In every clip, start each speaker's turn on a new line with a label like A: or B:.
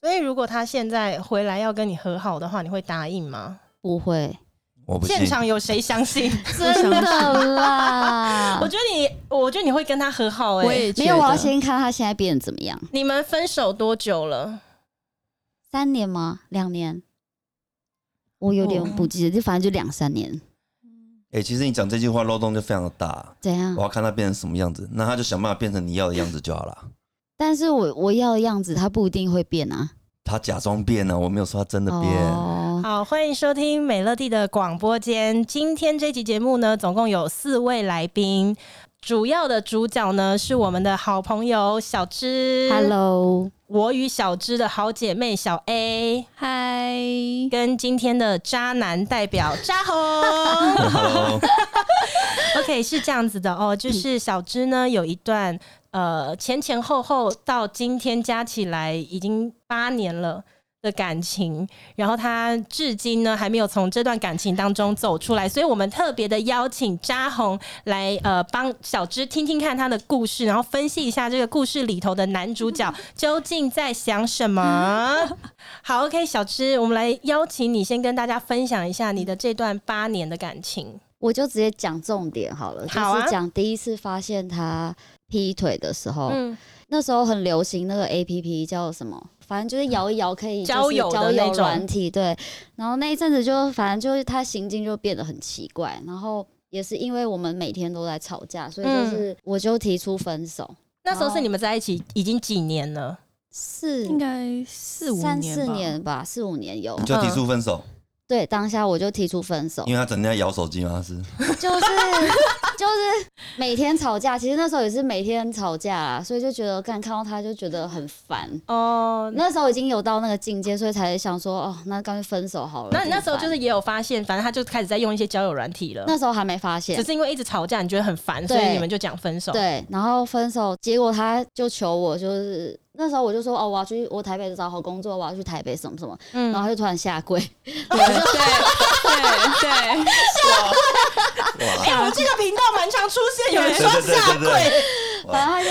A: 所以如果他现在回来要跟你和好的话，你会答应吗？
B: 不会，
C: 我不信
A: 现。场有谁相 信？
B: 真的啦
A: 我。觉得你，我觉得你会跟他和好哎、
D: 我也觉
B: 没
D: 得
B: 有，我要先看他现在变得怎么样。
A: 你们分手多久了？
B: 三年吗？两年？我有点不
A: 哦
B: 记得，就反正就两三年。
C: 哎、其实你讲这句话漏洞就非常的大，
B: 怎样
C: 我？要看他变成什么样子，那他就想办法变成你要的样子就好了。
B: 但是我我要的样子，他不一定会变啊。
C: 他假装变啊了、我没有说他真的变。
B: 哦，
A: 好，欢迎收听美乐蒂的广播间。今天这集节目呢，总共有四位来宾，主要的主角呢是我们的好朋友小芝
B: Hello，
A: 我与小芝的好姐妹小 A，
D: 嗨，
A: 跟今天的渣男代表渣 红。
C: Hello，
A: OK，是这样子的哦，就是小芝呢有一段呃前前后后到今天加起来已经八年了。的感情，然后她至今呢还没有从这段感情当中走出来，所以我们特别的邀请扎红来呃帮小芝听听看她的故事，然后分析一下这个故事里头的男主角究竟在想什么。好，OK，小芝，我们来邀请你先跟大家分享一下你的这段八年的感情。
B: 我就直接讲重点好了，
A: 好啊
B: 就是讲第一次发现他劈腿的时候，
A: 嗯，
B: 那时候很流行那个 A P P 叫什么？反正就是摇一摇可以就是
A: 交友的
B: 交
A: 那
B: 友
A: 种
B: 软体，对。然后那一阵子就反正就是他行径就变得很奇怪，然后也是因为我们每天都在吵架，所以就
D: 嗯
B: 是我就提出分手，
A: 那时候
B: 然后
A: 是你们在一起已经几年了？
B: 是
D: 应该四五
B: 三
D: 年
B: 四
D: 吧
B: 年吧，四五年有
C: 你。就要提出分手，
B: 对，当下我就提出分手
C: 因，为他整天在摇手机吗？是，
B: 就是就是每天吵架，其实那时候也是每天吵架啊，所以就觉得干看到他就觉得很烦。
A: 哦，那
B: 那时候已经有到那个境界，所以才想说，哦，那干脆分手好了。
A: 那你那时候就
B: 怎么
A: 是也有发现，反正他就开始在用一些交友软体了
B: 办。那时候还没发现
A: 只，是因为一直吵架，你觉得很烦，所
B: 对
A: 以你们就讲分手。
B: 对，然后分手，结果他就求我，就是那时候我就说，哦，我要去我台北找好工作，我要去台北什么什么，
A: 嗯，
B: 然后他就突然下跪，
D: 对对对，
C: 哇，
A: 哎，我们这个频道蛮常出现有人
C: 对对
A: 说
C: 对
A: 下
C: 对对
A: 跪，
B: 反正他就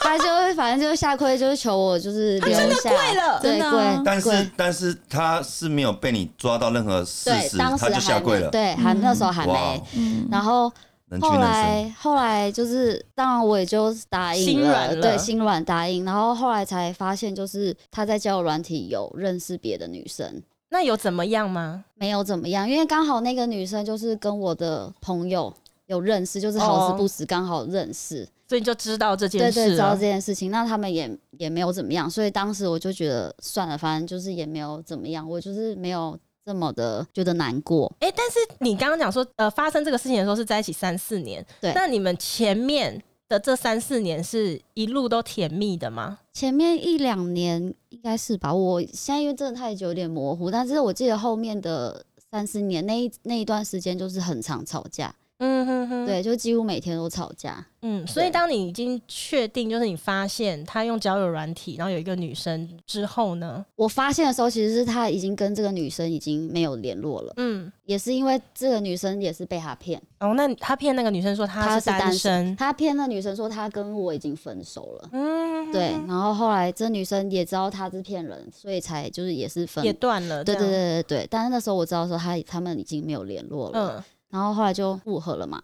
B: 他就反正就是下跪，就是求我就是留
A: 哎真的
B: 下，
A: 跪了
B: 对
D: 真的啊
B: 跪，
C: 但是
B: 跪
C: 但是他是没有被你抓到任何事
B: 对
C: 实，，
B: 当时
C: 他就下
B: 还
C: 跪
B: 没，
C: 了。
B: 对，还
D: 嗯
B: 那时候还
C: 哇哦
B: 没，，然后
C: 能屈
B: 后
C: 能伸。
B: 来嗯后来就是，当然我也就答
A: 心
B: 应
A: 软了
B: 对，心软答应。然后后来才发现，就是他在交友软体有认识别的女生，
A: 那有怎么样吗？
B: 没有怎么样，因为刚好那个女生就是跟我的朋友。有认识，就是好
A: 哦啊
B: 死不死刚好认识，
A: 所以你就知道这件
B: 对对，
A: 事
B: 知道
A: 了
B: 这。件事情，那他们也也没有怎么样，所以当时我就觉得算了，反正就是也没有怎么样，我就是没有这么的觉得难过，
A: 哎，但是你刚刚讲说，呃，发生这个事情的时候是在一起三四年，
B: 对
A: 那你们前面的这三四年是一路都甜蜜的吗？
B: 前面一两年应该是吧，我现在因为真的太久有点模糊，但是我记得后面的三四年那一那一段时间就是很常吵架，
A: 嗯哼哼，
B: 对，就几乎每天都吵架，
A: 嗯，所以当你已经确定，就是你发现他用交友软体，然后有一个女生之后呢，
B: 我发现的时候，其实是他已经跟这个女生已经没有联络了，
A: 嗯，
B: 也是因为这个女生也是被他骗，
A: 哦，那他骗那个女生说他
B: 他
A: 是单身，
B: 他骗那女生说他跟我已经分手了，
A: 嗯，
B: 对，然后后来这女生也知道他是骗人，所以才就是也是分
A: 也，断了，
B: 嗯对对
A: 这样，
B: 对对对，但是那时候我知道说他他们已经没有联络了，
A: 嗯，
B: 然后后来就复合了嘛。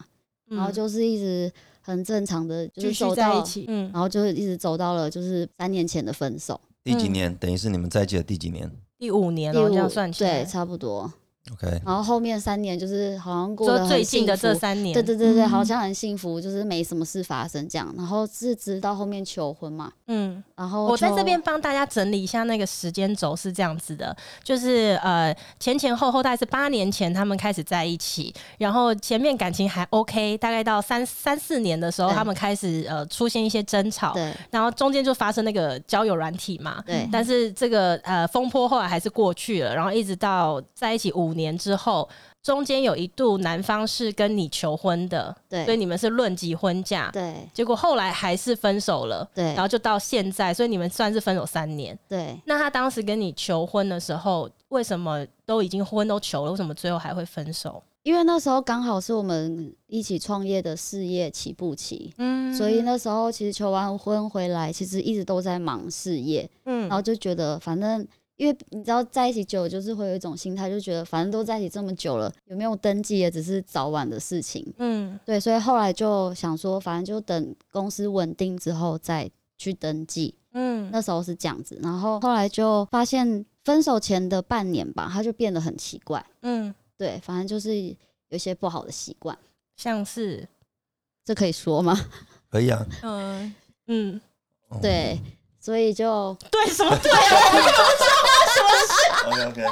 A: 嗯
B: 然后就是一直很正常的，就
A: 继
B: 是
A: 续
B: 走
A: 在
B: 到
A: 一，起，嗯，
B: 然后就是一直走到了就是三年前的分手，
C: 第几年？等于是你们在一起的第几年
A: 第五年
B: 第
A: 哦，
B: 五
A: 这样算起来
B: 对，，差不多。
C: ？OK，
B: 然后后面三年就是好像过得
A: 说
B: 很
A: 最近的
B: 幸福
A: 这三年，
B: 对对对对，
D: 嗯
B: 好像很幸福，就是没什么事发生这样。然后是直到后面求婚嘛，
A: 嗯，
B: 然后
A: 我在
B: 哦就
A: 这边帮大家整理一下那个时间轴是这样子的，就是呃前前后后大概是八年前他们开始在一起，然后前面感情还 OK，大概到三三四年的时候，
B: 对
A: 他们开始呃出现一些争吵，
B: 对
A: 然后中间就发生那个交友软体嘛。
B: 对
A: 但是这个呃风波后来还是过去了，然后一直到在一起五年之后，中间有一度男方是跟你求婚的，所以
B: 对
A: 你们是论及婚嫁，
B: 对
A: 结果后来还是分手了，
B: 对
A: 然后就到现在，所以你们算是分手三年。
B: 对，
A: 那他当时跟你求婚的时候，为什么都已经婚都求了，为什么最后还会分手？
B: 因为那时候刚好是我们一起创业的事业起步期，
A: 嗯
B: 所以，那时候其实求完婚回来，其实一直都在忙事业，
A: 嗯
B: 然后就觉得反正。因为你知道在一起久，就是会有一种心态，就觉得反正都在一起这么久了，有没有登记也只是早晚的事情。
A: 嗯
B: 对，所以后来就想说，反正就等公司稳定之后再去登记。
A: 嗯，
B: 那时候是这样子，然后后来就发现分手前的半年吧，他就变得很奇怪。
A: 嗯，
B: 对，反正就是有一些不好的习惯，
A: 像是，
B: 这可以 说吗？
C: 可以啊。
A: 嗯嗯，
C: 嗯
B: 对，所以就
A: 对，什么对？
C: ，OK OK，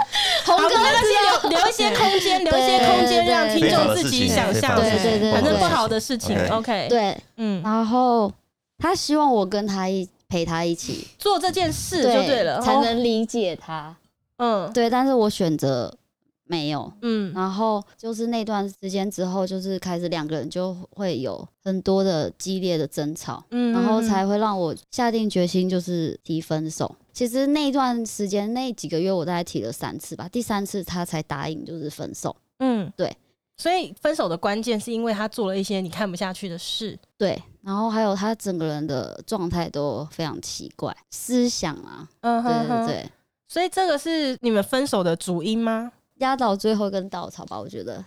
B: 红
A: 好，没
B: 哥
A: 关系，留留一些空间，留一些空间让听众自己想象，
B: 对对对对
A: 反正不好的事情
C: 对
A: ，OK，，
B: 对，
A: 嗯，
B: 然后他希望我跟他一陪他一起，
A: 做这件事就对了，
B: 才
A: 哦
B: 能理解他。
A: 嗯
B: 对，但是我选择没有。
A: 嗯
B: 然后就是那段时间之后，就是开始两个人就会有很多的激烈的争吵，
A: 嗯，
B: 然后才会让我下定决心就是提分手。其实那一段时间那几个月，我大概提了三次吧，第三次他才答应就是分手。
A: 嗯
B: 对。
A: 所以分手的关键是因为他做了一些你看不下去的事，
B: 对，然后还有他整个人的状态都非常奇怪，思想啊，
A: 嗯
B: 对
A: 哼
B: 对
A: 哼，
B: 对，
A: 所以这个是你们分手的主因吗？
B: 压倒最后一根稻草吧，我觉得
A: 嗯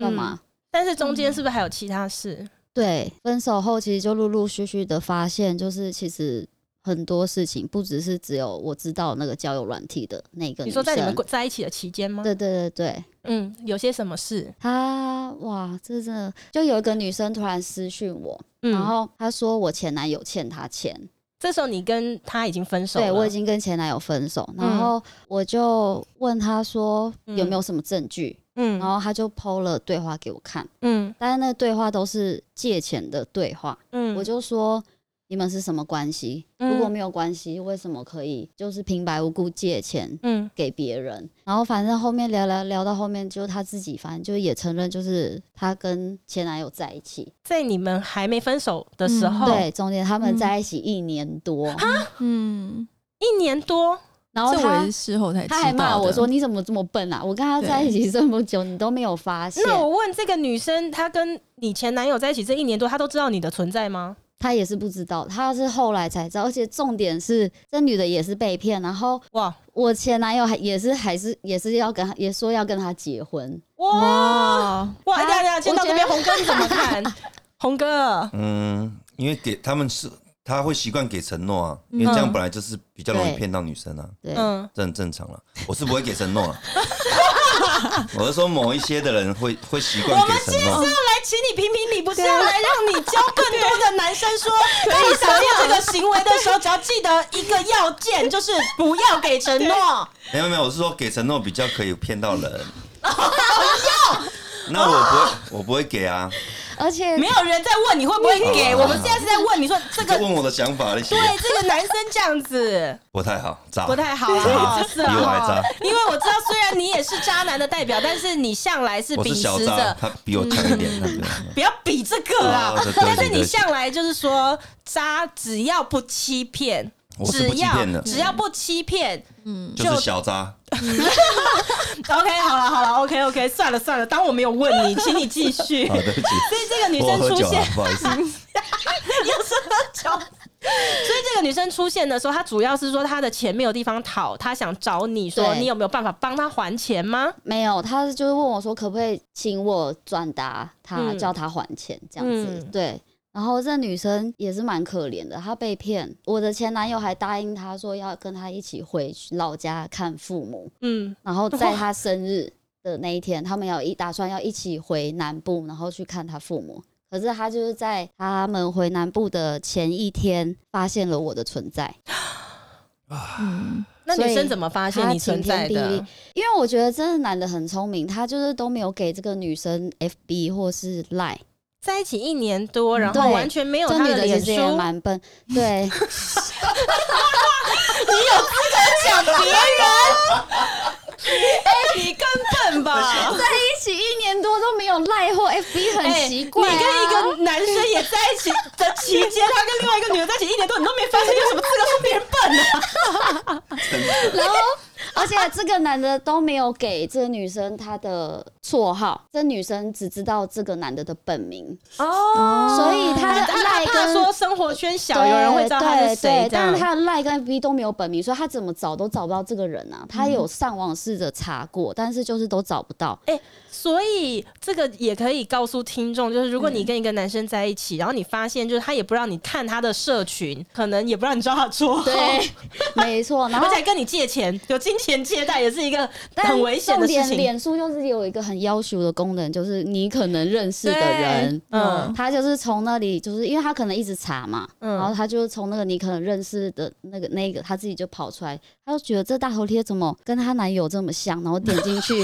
B: 算吗？
A: 但是中
B: 嗯
A: 间是不是还有其他事？
B: 对，分手后其实就陆陆续续的发现，就是其实很多事情不只是只有我知道那个交友软体的那个
A: 你
B: 女
A: 说
B: 生。
A: 在你们在一起的期间吗？
B: 对对对对，
A: 嗯，有些什么事？
B: 她哇，这真的就有一个女生突然私讯我，
A: 嗯，
B: 然后她说我前男友欠她钱，
A: 这时候你跟他已经分手了，嗯
B: 对我已经跟前男友分手，然后我就问她说有没有什么证据，
A: 嗯
B: 然后她就抛了对话给我看，
A: 嗯
B: 但是那个对话都是借钱的对话，
A: 嗯，
B: 我就说你们是什么关系？
A: 嗯
B: 如果没有关系，为什么可以就是平白无故借钱
A: 嗯
B: 给别人？然后反正后面聊聊聊到后面，就他自己反正就也承认，就是他跟前男友在一起，
A: 在你们还没分手的时
D: 哦
A: 候，
B: 嗯对，中间他们在一起一年多，
D: 嗯，
A: 一年多，
B: 然后
D: 这我也
B: 他
D: 是。事后才知道
B: 他还骂我
D: 的
B: 说：“你怎么这么笨啊？我跟他在一起这么久，你都没有发现。
A: 那我问这个女生，她跟你前男友在一起这一年多，她都知道你的存在吗？”
B: 他也是不知道，他是后来才知道。而且重点是，这女的也是被骗，然后
A: 哇
B: 我前男友还也是还是也是要跟他也说要跟他结婚，
A: 哇
D: 哇，
A: 哇！
B: 他
A: 等一下等一下，先到这边，
B: 我
A: 红哥你怎么看？ 红哥，
C: 嗯，因为给他们是他会习惯给承诺啊，因为这样本来就是比较容易
B: 对
C: 骗到女生啊，
B: 对，
A: 嗯
C: 这很正常了。我是不会给 承诺啊，我是说某一些的人会会习惯给承诺。
A: 来，请你评评理，不是要来让你教更多的男生 说，当你想要这个行为的 时候，只要记得一个要件，就是不要给承诺。
C: 没有没有，我是说给承诺比较可以骗到人。
A: 哦
C: 那我不会，我不会给啊！
B: 而且
A: 没有人在问你会不会
D: 嗯
A: 给，
C: 哦
A: 我们现在是在问你 说这
C: 就
A: 个
C: 问我的想法那些
A: 对这个男生这样子
C: 不太好，渣
A: 不 太好啊，是
C: 比我还
A: 啊
C: 渣。
A: 因为我知道，虽然你也是渣男的代表，但是你向来是
C: 我
A: 秉
C: 是小
A: 持
C: 渣，
A: 着
C: 他比我强一点。那个
A: 不要比这个啊
C: 哦对！对
A: 但
C: 对
A: 是
C: 对
A: 你向来就是说，渣只要不欺骗，
C: 我是
A: 只
C: 不欺
A: 要
C: 骗的，
A: 只要不欺骗
D: 嗯，
C: 就是小渣。
A: ，OK，好了好了，OK OK，算了算了，当我没有问你，请你继续。
C: 好，
A: 所
C: 对不起，
A: 以这个女
C: 我
A: 生
C: 喝
A: 出
C: 酒
A: 现
C: 了，，不好意 思。
A: 又是喝酒。所以这个女生出现的时候，她主要是说她的钱没有地方讨，她想找你说
B: 对
A: 你有没有办法帮她还钱吗？
B: 没有，他就是问我说可不可以请我转达他，
A: 嗯
B: 叫他还钱这样子，
A: 嗯
B: 对。然后这女生也是蛮可怜的，她被骗。我的前男友还答应她说要跟她一起回老家看父母，
A: 嗯
B: 然后在她生日的那一天，他们要一打算要一起回南部，然后去看她父母。可是她就是在他们回南部的前一天发现了我的存在，
D: 嗯
A: 那女
B: 所
A: 生
B: 以
A: 怎么发现你存在
B: 她晴天霹
A: 的
B: 雳？因为我觉得真的男的很聪明，他就是都没有给这个女生 FB 或是 Line，
A: 在一起一年多，然后
B: 对
A: 完全没有
B: 这
A: 她
B: 女
A: 的
B: 的
A: 脸
B: 其
A: 书，
B: 实也蛮笨， 对
A: 讲别人，哎、你更笨吧？
D: 在一起一
B: 种赖或 FB 很奇怪、啊
A: 哎你跟一个男生也在一起的期间，他跟另外一个女的在一起一年多，你都没发现，你有什么资格说别人笨呢、
B: 然后，而且这个男的都没有给这个女生她的绰号，这女生只知道这个男的的本名，
A: 哦，
B: 所以她的
A: 他
B: 赖
A: 怕怕
B: 跟
A: 说生活圈小，
B: 对
A: 有人会知道他是
B: 对
A: 谁
B: 对，
A: 这
B: 但
A: 样
B: 是。他的赖跟 FB 都没有本名，所以他怎么找都找不到这个人啊。他
A: 嗯
B: 有上网试着查过，但是就是都找不到。
A: 所以这个也可以告诉听众，就是如果你跟一个男生在一起，然后你发现就是他也不让你看他的社群，可能也不让你知道他的绰号，
B: 对，没错。然后
A: 而且还跟你借钱，有金钱借贷也是一个
B: 但
A: 很危险的事
B: 重点
A: 情。
B: 脸书就是有一个很要求的功能，就是你可能认识的人，
A: 对嗯
B: 嗯，他就是从那里，就是因为他可能一直查嘛，
A: 嗯
B: 然后他就从那个你可能认识的那个那个，他自己就跑出来，他就觉得这大头贴怎么跟她男友这么像，然后点进 去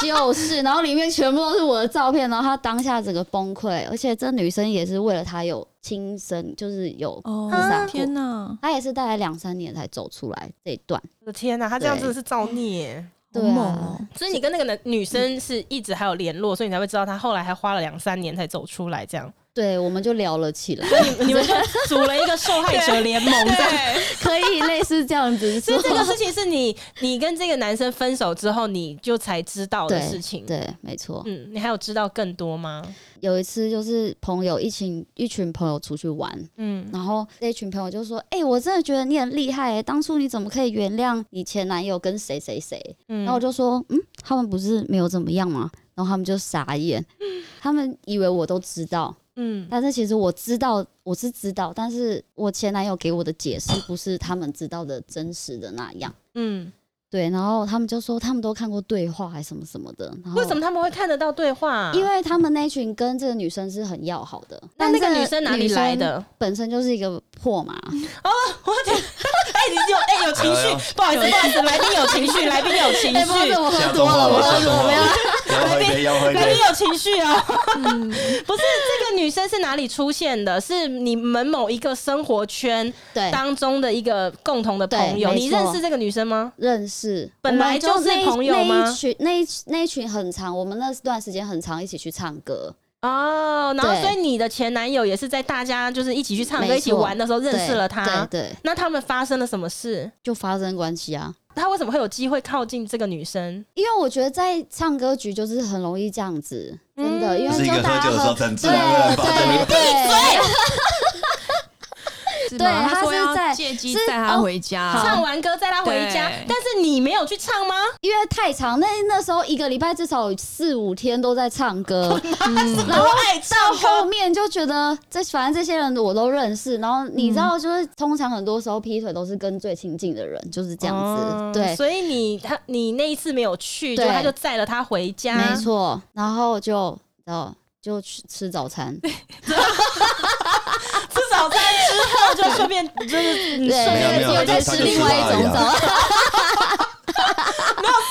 B: 就是，然后里面全部都是我的照片，然后他当下整个崩溃，而且这女生也是为了他有亲身，就是有
D: 哦
B: 自杀过，
D: 天哪，
B: 他也是大概两三年才走出来这一段，
A: 我的天哪，他这样真的是造孽。
D: 好
B: 对啊
D: 猛哦！
A: 所以你跟那个男女生是一直还有联络，所以你才会知道他后来还花了两三年才走出来，这样。
B: 对，我们就聊了起来。
A: 你们就组了一个受害者联盟， 这样。
D: 对，
B: 可以类似这样子
A: 所
B: 说
A: 以。这个事情是你，你跟这个男生分手之后，你就才知道的事情。
B: 对，没错。
A: 嗯，你还有知道更多吗？
B: 有一次就是朋友一群一群朋友出去玩，
A: 嗯，
B: 然后那群朋友就说：“哎、我真的觉得你很厉害、欸，当初你怎么可以原谅你前男友跟谁谁谁？”
A: 然
B: 然后我就说：“嗯，他们不是没有怎么样吗？”然后他们就傻眼，他们以为我都知道，
A: 嗯，
B: 但是其实我知道我是知道，但是我前男友给我的解释不是他们知道的真实的那样。
A: 嗯，
B: 对，然后他们就说他们都看过对话还什么什么的。然后
A: 为什么他们会看得到对话啊、
B: 因为他们那群跟这个女生是很要好的，
A: 那
B: 但
A: 那
B: 这
A: 个女生哪里来？ 的？
B: 本身就是一个破嘛，
A: 哎、你有哎、有情
C: 哎呦
A: 绪，不好意思，不好意思，来宾有情绪，来宾有情
B: 哎，不知道
A: 绪
B: 怎。 么喝
C: 吓疯
B: 多了，
C: 了，
B: 我
C: 吓
B: 喝
C: 疯
B: 多了，没有
C: 了，要喝一杯，要喝一
A: 来宾
C: 杯。
A: 有情绪哦，
D: 嗯，
A: 不是这个女生是哪里出现的？是你们某一个生活圈
B: 对，
A: 当中的一个共同的朋友。
B: 对没
A: 你
B: 错
A: 认识这个女生吗？
B: 认识，
A: 本来
B: 我们
A: 就是
B: 那一
A: 朋友吗
B: 那一群那一那一群很长，我们那段时间很长，一起去唱歌，
A: 哦，然后
B: 对
A: 所以你的前男友也是在大家就是一起去唱歌、
B: 没错
A: 一起玩的时候认识了
B: 对
A: 她。
B: 对，对
A: 那他们发生了什么事？
B: 就发生关系啊。
A: 他为什么会有机会靠近这个女生？
B: 因为我觉得在唱歌局就是很容易这样子，真的，
A: 嗯
B: 因
C: 这是
B: 为
C: 一
B: 就
C: 个
B: 大
C: 喝
B: 家
C: 酒的时候
B: 喝，
C: 很自
B: 对
C: 然而然发
B: 对
C: 生的。
B: 对，
D: 是
B: 对
D: 吗
B: 他
D: 他说
B: 是
D: 要
B: 在
D: 借机
B: 是
D: 带他
B: 哦
D: 回家，啊
A: 唱完歌再拉回家
D: 对，
A: 但是你没有去唱吗？
B: 因为太长，那那时候一个礼拜至少有四五天都在 唱歌，
D: 嗯
B: 然后
A: 爱
B: 到
A: 唱
B: 后面就觉得这反正这些人我都认识，然后你知道，就是通常很多时候劈腿都是跟最亲近的人，就是这样子，
A: 哦
B: 对。
A: 所以你他你那一次没有去，就
B: 对
A: 他就载了她回家，
B: 没错，然后就哦就去吃早餐，
A: 吃早餐之后就顺便就是嗯
B: 对，
A: 顺
C: 没有没有
A: 便
B: 又
A: 就
B: 再
C: 他
B: 吃
C: 就
B: 另外一
C: 吃
B: 种
C: 到
B: 早餐，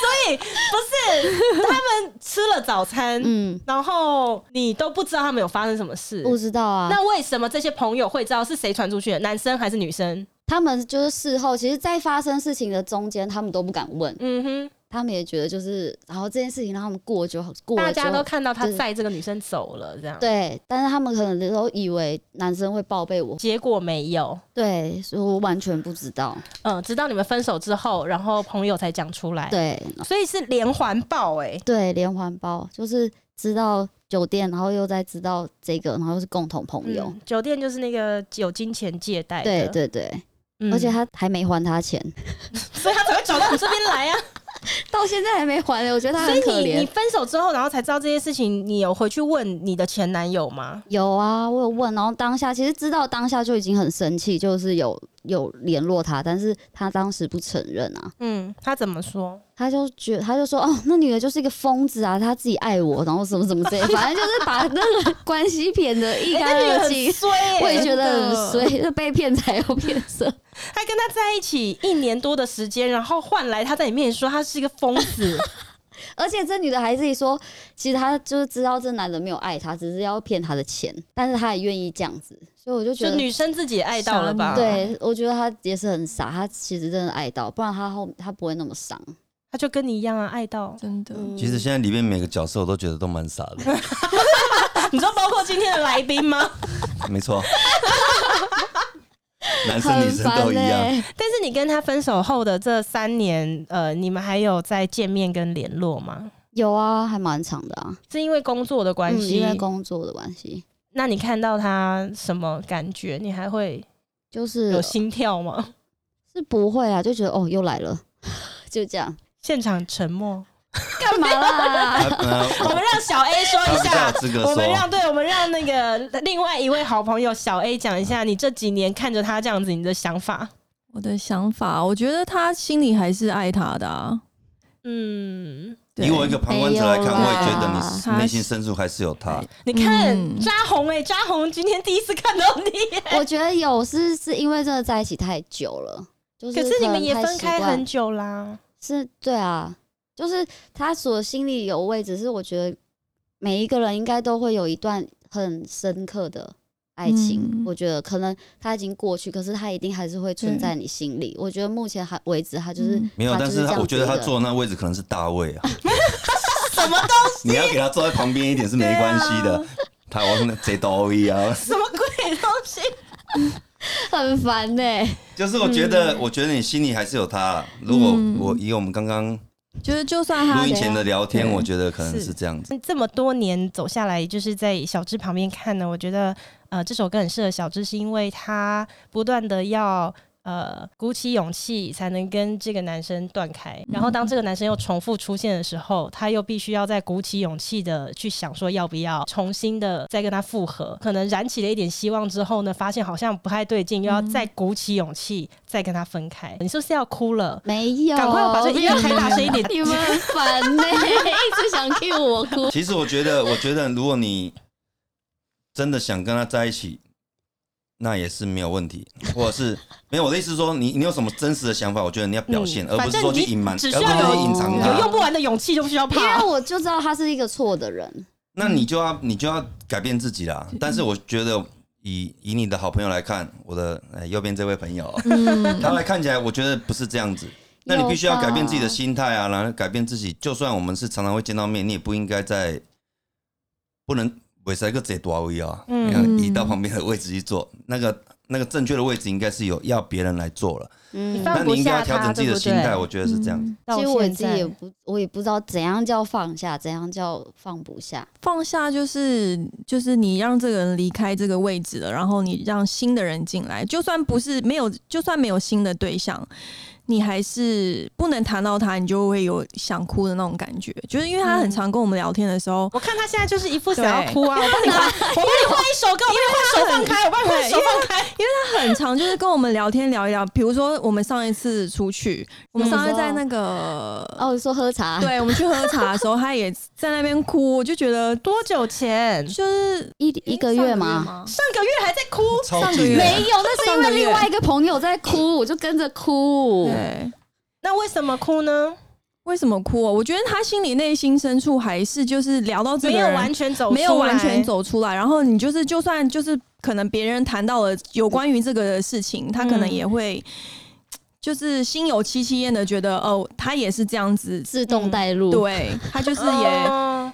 A: 对，不是他们吃了早餐，
B: 嗯，
A: 然后你都不知道他们有发生什么事。
B: 不知道啊。
A: 那为什么这些朋友会知道是谁传出去的？男生还是女生？
B: 他们就是事后，其实，在发生事情的中间，他们都不敢问，
A: 嗯
B: 他们也觉得就是，然后这件事情让他们过就好，
A: 哼，
B: 过
A: 大
B: 了就
A: 家
B: 好
A: 都看到他
B: 对
A: 载这个女生走了，这样。，
B: 对，但是他们可能都以为男生会报备我，
A: 结果没有。
B: 对，所以我完全不知道。
A: 嗯，直到你们分手之后，然后朋友才讲出来。，
B: 对
A: 所以是连环爆哎、
B: 对，连环包就是知道酒店，然后又再知道这个，然后又是共同朋友。
A: 嗯酒店就是那个有金钱借贷的，
B: 对对对，
A: 嗯
B: 而且他还没还他钱，
A: 所以他才会找到你这边来啊。
B: 到现在还没还，欸我觉 得他
A: 所
B: 很
A: 以
B: 可
A: 你你
B: 怜。
A: 分手之后，然后才知道这些事情，你有回去问你的前男友吗？
B: 有啊，我有问，然后当下其实知道当下就已经很生气，就是有有联络他，但是他当时不承认啊，
A: 嗯，他怎么说？
B: 他就觉他就说哦，那女的就是一个疯子啊，她自己爱我，然后什么什么之类，反正就是把那 个关系骗得一干
A: 哎那
B: 二
A: 个
B: 净
A: 很。衰欸、
B: 我也觉
D: 真
B: 得
D: 的
B: 很衰，就被骗财又骗色。
A: 他跟他在一起一年多的时间，然后换来他在你面前说他是一个疯子，
B: 而且这女的还自己说，其实她就是知道这男的没有爱她，只是要骗她的钱，但是她也愿意这样子，所以我 就觉
A: 就
B: 得，
A: 女啊生自己也爱到了吧？
D: 傻女
B: 对我觉得她也是很傻，她其实真的爱到，不然她后她不会那么伤。
A: 他就跟你一样啊，爱到
D: 真的，
B: 嗯
C: 其实现在里面每个角色我都觉得都蛮傻的，
A: 你说包括今天的来宾吗？
C: 没错，男生女
B: 嗯很
C: 生
B: 烦欸
C: 都一样。
B: 嘞，
A: 但是你跟他分手后的这三年，呃，你们还有在见面跟联络吗？
B: 有啊，还蛮长的啊，
A: 是因为工作的关
B: 嗯，
A: 系
B: 因、为工作的关系，
A: 那你看到他什么感觉？你还会
B: 就是
A: 有心跳吗？
B: 是不会啊，就觉得哦又来了， 就这样，
A: 现场沉默。
B: 干嘛啦？
C: 呃
A: 我们让小 A 说一
C: 他
A: 下
C: 不，知道有资格
A: 我们
C: 说
A: 让对，我们让那个另外一位好朋友小 A 讲一下，你这几年看着他这样子，你的想法。
D: 我的想法，我觉得他心里还是爱他的啊。
A: 嗯，
D: 对
C: 以我一个旁观者来
B: 没
C: 看，
B: 有啦
C: 我也觉得你内心深处还是有他。
A: 你看、
D: 嗯
A: 扎红哎、扎红今天第一次看到你，
B: 我觉得有是是因为真的在一起太久了，就是
A: 可是你
B: 能
A: 们也
B: 太
A: 分
B: 习
A: 开
B: 惯
A: 很久啦。
B: 是对啊，就是他所心里有位置，是我觉得每一个人应该都会有一段很深刻的爱情。
D: 嗯
B: 我觉得可能他已经过去，可是他一定还是会存在你心里。我觉得目前还为止，他就是、
D: 嗯
C: 没有，
B: 他
C: 但
B: 就是是这
C: 他
B: 样
C: 我觉得
B: 子
C: 他
B: 的
C: 坐的那位置可能是大卫啊，什么东西？ 你要给他坐在旁边一点是没关系
D: 啊
C: 的。他我可能贼多一啊，
A: 什么鬼东西？
B: 很烦呢、
C: 就是我觉
A: 嗯
C: 得，我觉得你心里还是有他啊。如果
D: 嗯
C: 我以我们刚刚
D: 就是就算他
C: 录音前的聊天，
D: 对
C: 我觉得可能
A: 是
C: 是这样子。
A: 这么多年走下来，就是在小智旁边看呢，我觉得呃这首歌很适合小智，是因为他不断的要。呃，鼓起勇气才能跟这个男生断开。然后，当这个男生又重复出现的时候，他又必须要再鼓起勇气的去想说要不要重新的再跟他复合。可能燃起了一点希望之后呢，发现好像不太对劲，又要再鼓起勇气再跟他分开。你是不是要哭了？
B: 没有，
A: 赶快把这音乐开大声一点
B: 啊你们很烦呢、一直想 cue 我哭。
C: 其实我觉得，我觉得如果你真的想跟他在一起，那也是没有问题，或者 是没有我的意思是说，你你有什么真实的想法，我觉得你要表现，
A: 嗯
C: 而不是说去隐瞒，
A: 反正
C: 而
A: 你只需要
C: 不
B: 有
C: 是去隐藏
B: 嗯
A: 有
C: 它
A: 用。不完的勇气就不需要
B: 因
A: 怕
B: 为。我就知道他是一个错的人，
C: 那你就要你就要改变自己
A: 嗯
C: 啦。但是我觉得以以你的好朋友来看，我的、呃右边这位朋友，
D: 嗯，
C: 他来看起来，我觉得不是这样子。那你必须要改变自己的
B: 有吧
C: 心态啊，然后改变自己。就算我们是常常会见到面，你也不应该在不能尾塞个贼多位啊，
A: 嗯
C: 你看移到旁边的位置去坐，那个那个正确的位置应该是有要别人来做了。
B: 嗯，
A: 你放
C: 那你应该要
A: 不下
C: 调
A: 他
C: 整自己的心
A: 对不
C: 态，
A: 对嗯
C: 我觉得是这样子。
A: 到
B: 其实我
A: 现
B: 自己也
A: 在
B: 不，我也不知道怎样叫放下，怎样叫放不下。
D: 放下就是就是你让这个人离开这个位置了，然后你让新的人进来，就算不是没有，就算没有新的对象，你还是不能谈到他，你就会有想哭的那种感觉。就是因为
B: 嗯
D: 他很常跟我们聊天的时候，
A: 我看他现在就是一副想要哭啊！我 帮你换，我帮你换一首歌，我帮你换手放开，我帮你换手放开。
D: 他很常就是跟我们聊天聊一聊，比如说我们上一次出去，我们上一次在那个。
B: 嗯哦，你说喝茶，
D: 对，我们去喝茶的时候，他也在那边哭，我就觉得
A: 多久前？
D: 就是
B: 一一个月吗？
D: 嘛，
A: 上个月还在哭，
C: 超
D: 上个
C: 级
D: 月
B: 没有，那是因
D: 上个
B: 为
D: 月
B: 另外一个朋友在哭，我就跟着哭。
D: 对，
A: 那为什么哭呢？
D: 为什么哭、哦？我觉得他心里内心深处还是就是聊到这
A: 没
D: 个
A: 有
D: 人
A: 完全走，
D: 没有完全。走出来，然后你就是就算就是可能别人谈到了有关于这个的事情，他可能也会。
A: 嗯
D: 就是心有戚戚焉的觉得，哦，他也是这样子，
B: 自动带入，
D: 对他就是也，
A: 嗯哦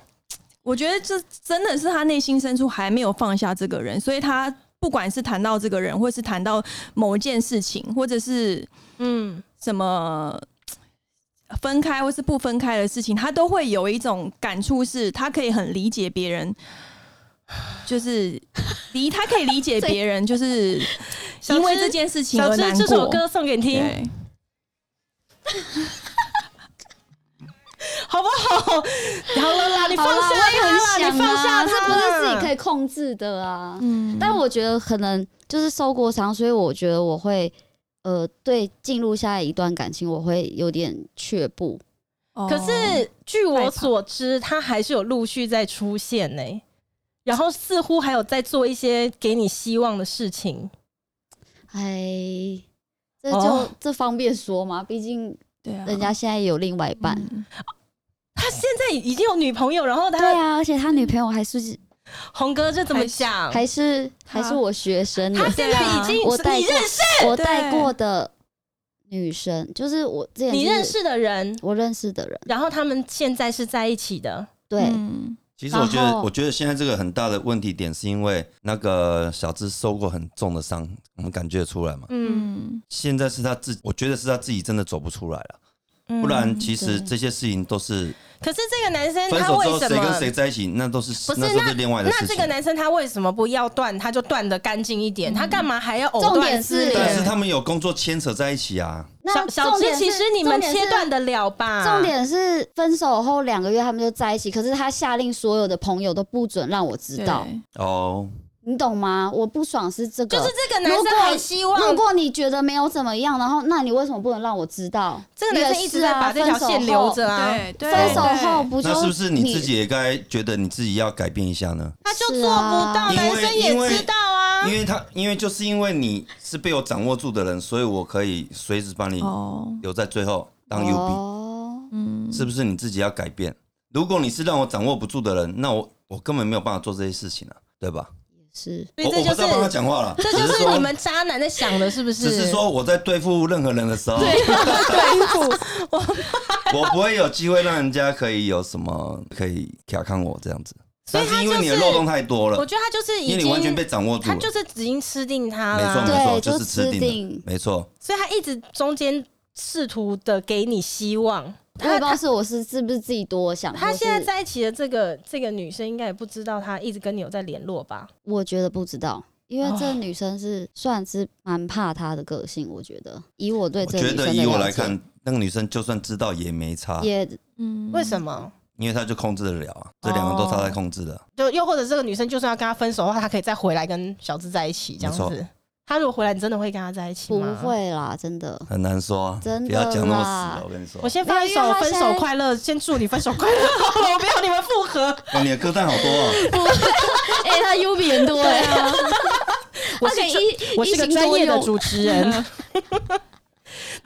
D: 我觉得这真的是他内心深处还没有放下这个人，所以他不管是谈到这个人，或是谈到某一件事情，或者是
A: 嗯，
D: 什么呃分开或是不分开的事情，他都会有一种感触，是他可以很理解别人，就是理他可以理解别人，就是
A: 小
D: 因为
A: 芝
D: 这件事情
A: 小
D: 而
A: 芝
D: 难
A: 这首
D: 过。
A: 歌送给你听，
D: 对，
A: 好不 好？好了啦，你
B: 好
A: 放
B: 啦，
A: 下
B: 我也
A: 他
B: 很
A: 啦，
B: 想
A: 你放下
B: 啊，这
A: 他，嗯
B: 不是自己可以控制的啊。
D: 嗯
B: 但我觉得可能就是受过伤，所以我觉得我会。呃，对，进入下一段感情，我会有点却步。哦
D: 哦
A: 可是据我所知，他还是有陆续在出现呢、然后似乎还有在做一些给你希望的事情。
B: 哎，这就、
A: 哦
B: 这方便说嘛，毕竟
D: 对啊，
B: 人家现在也有另外一半。
D: 嗯
A: 他现在已经有女朋友，然后
B: 对
A: 他
B: 啊，而且他
A: 嗯
B: 女朋友还是
A: 红哥这怎么讲？
B: 还是还是我学生呢，啊
A: 他现在已经
B: 我
A: 是
B: 带
A: 你
B: 过
A: 认识
B: 我带过的女生，就是我之前
A: 你
B: 就是
A: 认识的人，
B: 我认识的人，
A: 然后他们现在是在一起的，
B: 对，
D: 嗯
C: 其实我觉
A: 然
C: 得，
A: 后
C: 我觉得现在这个很大的问题点是因为那个小智受过很重的伤，我们感觉得出来嘛。
A: 嗯，
D: 嗯，
C: 现在是他自己，我觉得是他自己真的走不出来了，
A: 嗯
C: 不然其实
B: 对
C: 这些事情都是
A: 可是这个男生
C: 分
A: 他
C: 手之
A: 为
C: 后
A: 什
C: 谁跟
A: 么
C: 谁？在一起，那都是
A: 不是
C: 那都是另外的
A: 那
C: 事
A: 这
C: 情
A: 个。男生他为什么不要断，他就断的干净一点？他干嘛还要藕
B: 重点
A: 断
B: 是
A: 丝
C: 但是
A: 连？
C: 他们有工作牵扯在一起啊，
B: 那
A: 小小
B: 重
A: 智，
B: 点
A: 其
B: 是
A: 实你们
B: 重点
A: 切
B: 是
A: 断得了吧？
B: 重点是分手后两个月他们就在一起，可是他下令所有的朋友都不准让我知道，
D: 对
C: 哦，
B: 你懂吗？我不爽是这个。
A: 就是这个男
B: 如
A: 生
B: 果
A: 还希望
B: 如果你觉得没有怎么样，然后那你为什么不能让我知道？啊
A: 这个男生一直在把这条线留着啊，
D: 对对，
B: 分手后
D: 对
B: 不就
C: 那是不是你自己也该觉得你自己要改变一下呢？
A: 他就做不到，
C: 是啊
A: 男生也知道啊
C: 因。为他，因为就是因为你是被我掌握住的人，所以我可以随时把你
D: 哦，
C: 留在最后当 UB。
B: 哦，
D: 嗯，
C: 是不是你自己要改变？如果你是让我掌握不住的人，那我我根本没有办法做这些事情啊，对吧？
B: 是
A: 所以
C: 我
A: 这
C: 我
A: 就
C: 不
A: 是
C: 在帮他讲话了，
A: 这
C: 只
A: 就是是
C: 说
A: 你们渣男在想的，是不是？
C: 只 是说我在对付任何人的时候，
A: 对付
C: 我不会有机会让人家可以有什么可以卡看我这样子。
A: 以
C: 但
A: 他
C: 是因为你的
A: 就是
C: 漏洞太多
A: 我
C: 了，
A: 觉得他就是已
C: 因为你完全被
A: 经，
C: 掌握住
A: 他
C: 了，
A: 就是已经吃定他
C: 没错
A: 了，啊
C: 没错，
B: 对
C: 就是
B: 就
C: 吃
B: 吃
C: 定了
B: 定，
C: 没错。
A: 所以他一直中间试图的给你希望。
B: 我也
A: 他
B: 不知道是我是是不是自己多想。
A: 他
B: 或是
A: 现在在一起的这个这个女生，应该也不知道他一直跟你有在联络吧？
B: 我觉得不知道，因为
A: 哦
B: 这女生是算是蛮怕他的个性，我觉得以我对
C: 我
B: 这个
C: 觉
B: 女生的
C: 得以我
B: 了
C: 来
B: 解
C: 看，啊那个女生就算知道也没差，
B: 也
D: 嗯
A: 为什？么？
C: 因为她就控制得了啊，这两个都是她在控制的。
A: 就又或者这个女生就算要跟他分手的话，她可以再回来跟小智在一起这样
C: 没
A: 子。他如果回来，你真的会跟他在一起
B: 不
A: 吗？。
B: 会啦，真的。
C: 很难说啊，
B: 真的
C: 不要讲那么
B: 啦
C: 死，我跟你说
A: 我。先放一首
B: 没有因为
A: 《
B: 他
A: 分
B: 现在
A: 手快乐》，先祝你分手快乐好了，我不要你们复合。
C: 哇，你的歌单好多啊！
B: 哎、他优比很多哎、欸，
A: 我
B: 而
A: 是
B: 且
A: 专
B: 一
A: 我是个
B: 一心
A: 专
B: 多
A: 业的
B: 用
A: 主持人，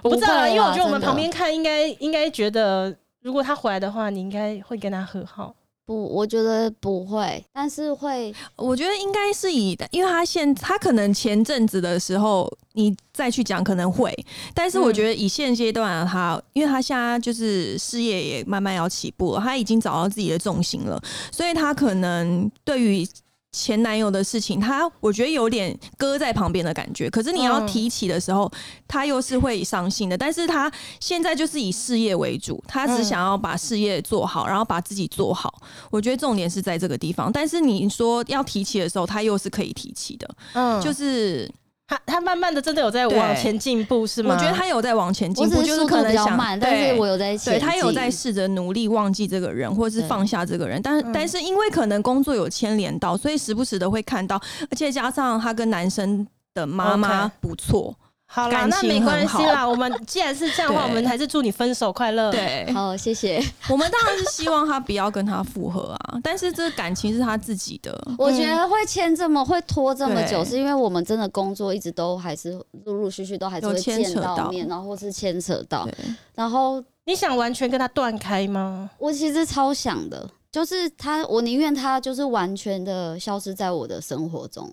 A: 我不知道
B: 不会
A: 啊，
B: 啦
A: 因为我觉得我们
B: 真的
A: 旁边看应该应该觉得，如果他回来的话，你应该会跟他和好。
B: 不，我觉得不会，但是会
D: 我觉得应该是以，因为他现他可能前阵子的时候你再去讲可能会，但是我觉得以现阶段的他，因为他现在就是事业也慢慢要起步了，他已经找到自己的重心了，所以他可能对于。前男友的事情，他我觉得有点搁在旁边的感觉。可是你要
A: 嗯
D: 提起的时候，他又是会伤心的。但是他现在就是以事业为主，他只
A: 嗯
D: 想要把事业做好，然后把自己做好。我觉得重点是在这个地方，但是你说要提起的时候，他又是可以提起的，
A: 嗯，就
D: 就是是
A: 他他慢慢的真的有在
D: 对
A: 往前进步，是吗？
D: 我觉得他有在往前
B: 我
D: 进步，
B: 只
D: 就是
B: 速
D: 可
B: 度
D: 能
B: 比较
D: 想，
B: 慢，但是
D: 对
B: 我有在
D: 对
B: 前
D: 他有
B: 进
D: 在试着努力忘记这个人，或是
B: 对
D: 放下这个人，但
A: 嗯
D: 但是因为可能工作有牵连到，所以时不时的会看到，而且加上他跟男生的妈妈
A: OK
D: 不错，
A: 好啦，
D: 感
A: 那
D: 情
A: 没关
D: 很
A: 系
D: 好
A: 啦。我们既然是这样的话，我
D: 对
A: 们还是祝你分手快乐。，
D: 对，
B: 好，谢谢。
D: 我们当然是希望他不要跟他复合啊，但是这感情是他自己的，
B: 我觉得会签这么会拖这么久，
D: 对
B: 是因为我们真的工作一直都还是陆陆续续都还是
D: 有
B: 会
D: 牵
B: 见
D: 扯到
B: 到面，然后或是牵扯到，
D: 对。
B: 然后
A: 你想完全跟他断开吗？
B: 我其实超想的，就是他，我宁愿他就是完全的消失在我的生活中，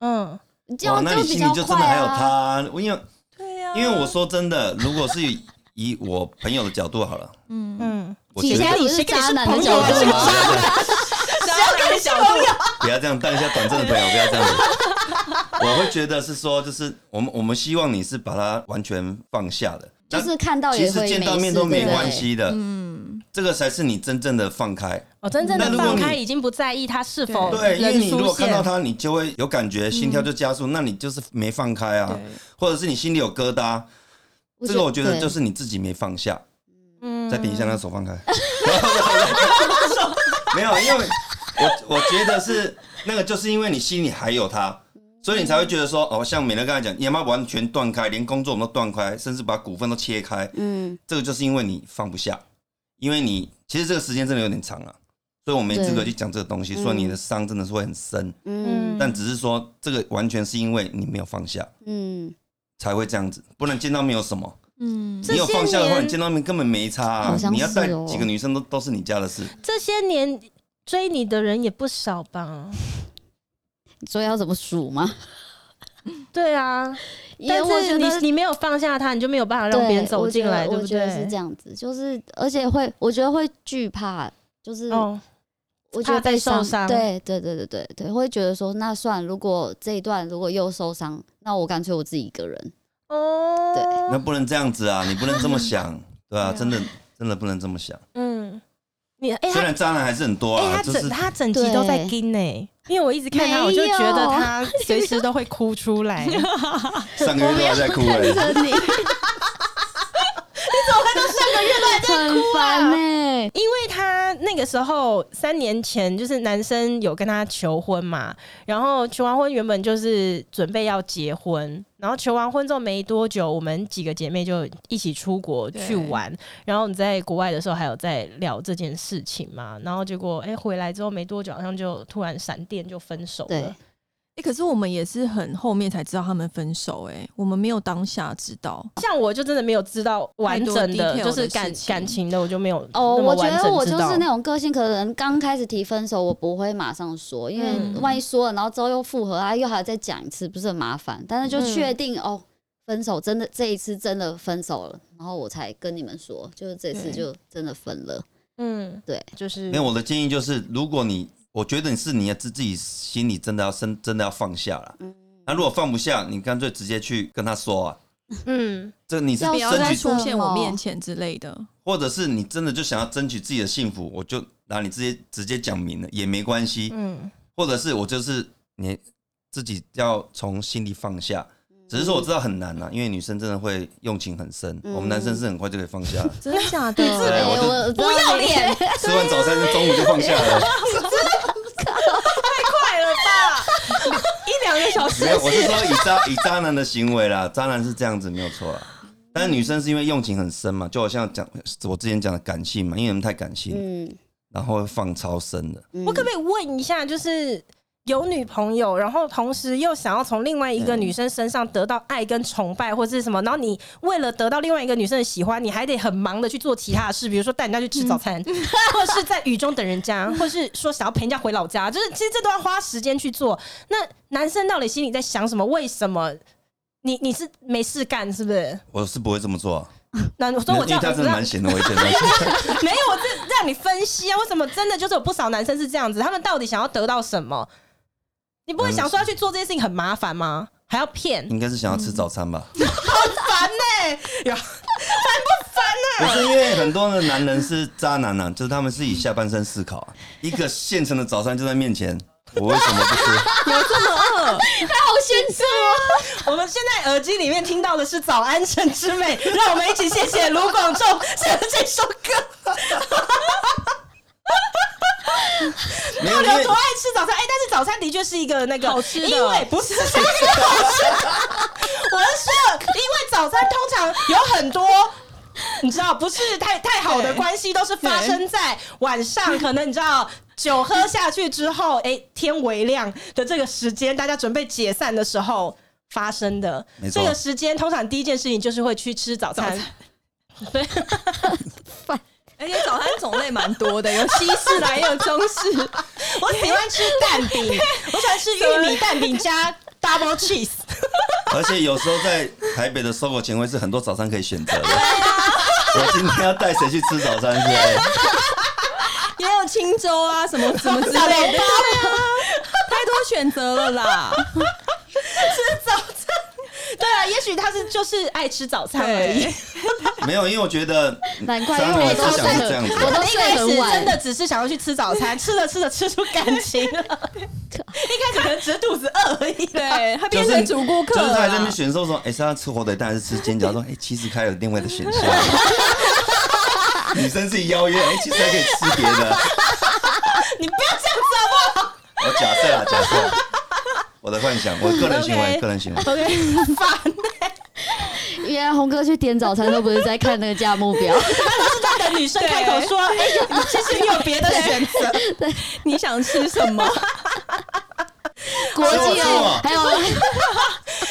A: 嗯，
B: 这
C: 哇，
B: 样
C: 那你
B: 比
C: 心
B: 较
C: 里就真的
B: 快
C: 还有他
B: 啊。
C: 啊、因为
D: 对呀、
C: 因为我说真的，如果是以以我朋友的角度好了，
D: 嗯
A: 嗯，
C: 我
B: 其
C: 觉
B: 实
C: 得
B: 我
A: 你
B: 是
A: 谁跟你
B: 渣
A: 是
B: 男的
A: 朋
B: 角
A: 友还
B: 度
A: 是个
B: 吗？
A: 渣男？谁要跟你是朋友？
C: 不要这样当一下短暂的朋友，不要这样子。我会觉得是说，就是我们我们希望你是把他完全放下的，
B: 就
C: 那
B: 是看到
C: 其
B: 也
C: 实
B: 会
C: 见到面
B: 事
C: 都没
B: 对不对
C: 关系的，
D: 嗯，
C: 这个才是你真正的放开。
A: 我哦真正
C: 那
A: 的
C: 如果
A: 放
C: 你
A: 开，已经不在意他是否
B: 哦
C: 对，因为
A: 人
C: 你如
A: 出
C: 果
B: 啊
C: 看到
A: 现。
C: 他，你就会有感觉，心跳就加
B: 嗯
C: 速，那你就是没放开啊，或者是你心里有疙瘩，这个我觉得
B: 对
C: 就是你自己没放下。
A: 嗯
C: 再点一下那个手放开。 没有，因为我我觉得是那个，就是因为你心里还有他，所以你才会觉得说，哦，像美乐刚才讲，你要不要完全断开，连工作我们都断开，甚至把股份都切开，
B: 嗯，
C: 这个就是因为你放不下，因为你其实这个时间真的有点长了、所以我没资格
B: 对
C: 去讲这个东西，所以你的伤真的是会很深，
B: 嗯
C: 但只是说这个完全是因为你没有放下
B: 嗯，
C: 才会这样子，不然见到面有什么？
D: 嗯
A: 这
C: 你有放下的
A: 些
C: 话，
A: 年
C: 你见到面根本没差、啊
B: 好。像
C: 你要带
B: 是哦
C: 几个女生都都是你家的事。
A: 嗯这些年追你的人也不少吧？
B: 所以要怎么数吗？
A: 对啊，
B: 也
A: 但
B: 我
A: 是
B: 觉
A: 你
B: 得
A: 你没有放下他，你就没有办法让
B: 对
A: 别人走
B: 我觉
A: 进
B: 得
A: 来，对
B: 我
A: 不
B: 觉得是
A: 对
B: 这？样子，就是而且会，我觉得会惧怕，就是
A: 哦，
B: 我觉
A: 怕
B: 得
A: 被
B: 被
A: 受伤
B: 对对对对对对，会觉得说那算，如果这一段如果又受伤，那我干脆我自己一个人。
A: 哦，
B: 对
C: 那不能这样子啊，你不能这么想，对
A: 对
C: 吧、
A: 啊
C: 真的真的不能这么想。
A: 嗯，你哎、
C: 虽
A: 他
C: 然渣男还是很多
A: 哎、
C: 啊，
A: 他
C: 就
A: 整
C: 是
A: 他整集都在
B: 对
A: 跟呢、因为我一直看他，
B: 没
A: 我就觉得
B: 有
A: 他随时都会哭出来。 你怎么
C: 上个月都还在哭哎、
B: 看着你，
A: 会到上个月都在啊
B: 很烦哎、
A: 因为他那个时候三年前，就是男生有跟他求婚嘛，然后求完婚原本就是准备要结婚，然后求完婚之后没多久，我们几个姐妹就一起出国去玩，然后你在国外的时候还有在聊这件事情嘛，然后结果哎、回来之后没多久，好像就突然闪电就分手
B: 对
A: 了，，
D: 欸可是我们也是很后面才知道他们分手、欸，我们没有当下知道。
C: 哦
A: 像我就真的没有知道完整
D: 太多
A: 的，
D: detail 的
A: 就是感
D: 事情
A: 感情的，我就没有
B: 哦，
A: 那么
B: 我觉
A: 完整
B: 得我
A: 知
B: 就
A: 道
B: 是那种个性，可能刚开始提分手，我不会马上说，因为
A: 嗯
B: 万一说了，然后之后又复合，他啊又还要再讲一次，不是很麻烦？但是就确定、哦，分手真的这一次真的分手了，然后我才跟你们说，就是这次
D: 对
B: 就真的分了。
A: 嗯，
B: 对，
A: 就是
C: 没有，我的建议就是，如果你我觉得你是你自自己心里真的要真真的要放下了，那如果放不下，你干脆直接去跟他说啊，
A: 嗯。
C: 这你是
B: 要
D: 不要再
C: 争取，
D: 出现我面前之类的。。
C: 或者是你真的就想要争取自己的幸福，我就拿你直接直接讲明了也没关系，
A: 嗯
C: 或者是我就是你自己要从心里放下。只是说我知道很难啊呐、因为女生真的会用情很深，
B: 嗯
C: 我们男生是很快就可以放下的
D: 真的假 的？
C: 对啊
B: 哎
C: 我就
B: 我不要脸，
C: 吃完早餐中午就放下了，
A: 快了吧？一两个小时
C: 没有，我是说以渣以渣男的行为啦，渣男是这样子没有错啦。但是女生是因为用情很深嘛，就好像讲我之前讲的感性嘛，因为你们太感性，
B: 嗯，
C: 然后会放超深的。
B: 嗯
A: 我可不可以问一下，就是有女朋友，然后同时又想要从另外一个女生身上得到爱跟崇拜，或是什么？然后你为了得到另外一个女生的喜欢，你还得很忙的去做其他的事，比如说带人家去吃早 餐，或是在雨中等人家，或是说想要陪人家回老家，就是其实这都要花时间去做。那男生到底心里在想什么？为什么？你你是没事干是不是？
C: 我是不会这么做、啊，
A: 那我
C: 因
A: 说
C: 为
A: 我这
C: 因为
A: 样
C: 他真的蛮闲的，我也觉得蛮闲 的。
A: 没有，我是让你分析啊，为什么真的就是有不少男生是这样子？他们到底想要得到什么？你不会想说要去做这件事情很麻烦吗？还要骗？
C: 应该是想要吃早餐吧？
A: 烦呢、
C: 不是，因为很多的男人是渣男啊，就是他们是以下半身思考啊、一个现成的早餐就在面前，我为什么不吃？
B: 好现实
A: 我们现在耳机里面听到的是《早安晨之 美》，让我们一起谢谢卢广仲这这首歌。
C: 没有，
A: 到底
C: 因
A: 有
C: 为
A: 多爱吃早餐？哎、但是早餐的确是一个那个
D: 好吃的
A: 因为不是是好吃的。我是说，因为早餐通常有很多。你知道，不是太太好的
D: 对
A: 关系，都是发生在晚上。可能你知道，酒喝下去之后，哎、天微亮的这个时间，大家准备解散的时候发生的
C: 没。错
A: 这个时间，通常第一件事情就是会去吃早餐。对，
D: 而且早餐种类蛮多 的，有西式的，也有中 式。
A: 我喜欢吃蛋饼，我喜欢吃玉米蛋饼加 double cheese。
C: 而且有时候在台北的收购前会是很多早餐可以选择的。
A: 啊
C: 我今天要带谁去吃早餐是？哎
D: 也有青州啊，什么什么之 类 的，对啊，太多选择了啦。
A: 对啊，也许他是就是爱吃早餐而已。
C: 没有，因为我觉得
B: 难怪
C: 渣
B: 因为
C: 男
B: 我
C: 是
B: 都
C: 想
B: 睡
C: 这样子。啊
B: 我
A: 他
B: 都
A: 一开
B: 睡
A: 始
B: 很晚，
A: 真的只是想要去吃早 餐，吃着吃着吃出感情了。一开始可能只是肚子饿而已。啊
D: 对他
C: 就
D: 变
C: 是
D: 成主顾客
C: 就是他还在那
D: 了
C: 边。选说说，哎、是要吃火腿蛋还是吃 煎饺？说，哎、其实还有另外的选项。女生自己邀约，哎、其实还可以吃别的。
A: 你不要这样子
C: 我假设啊，假设 我的幻想，我个人行
A: OK
C: 为，个人行
A: 好
C: 为。
A: 不好？OK，很烦欸
B: 原来红哥去点早餐都不是在看那个价目表，
A: 但是他等女生开口说：“哎，有其实你有别的选择。
D: 你想吃什么？
B: 国际
C: 是我
B: 还有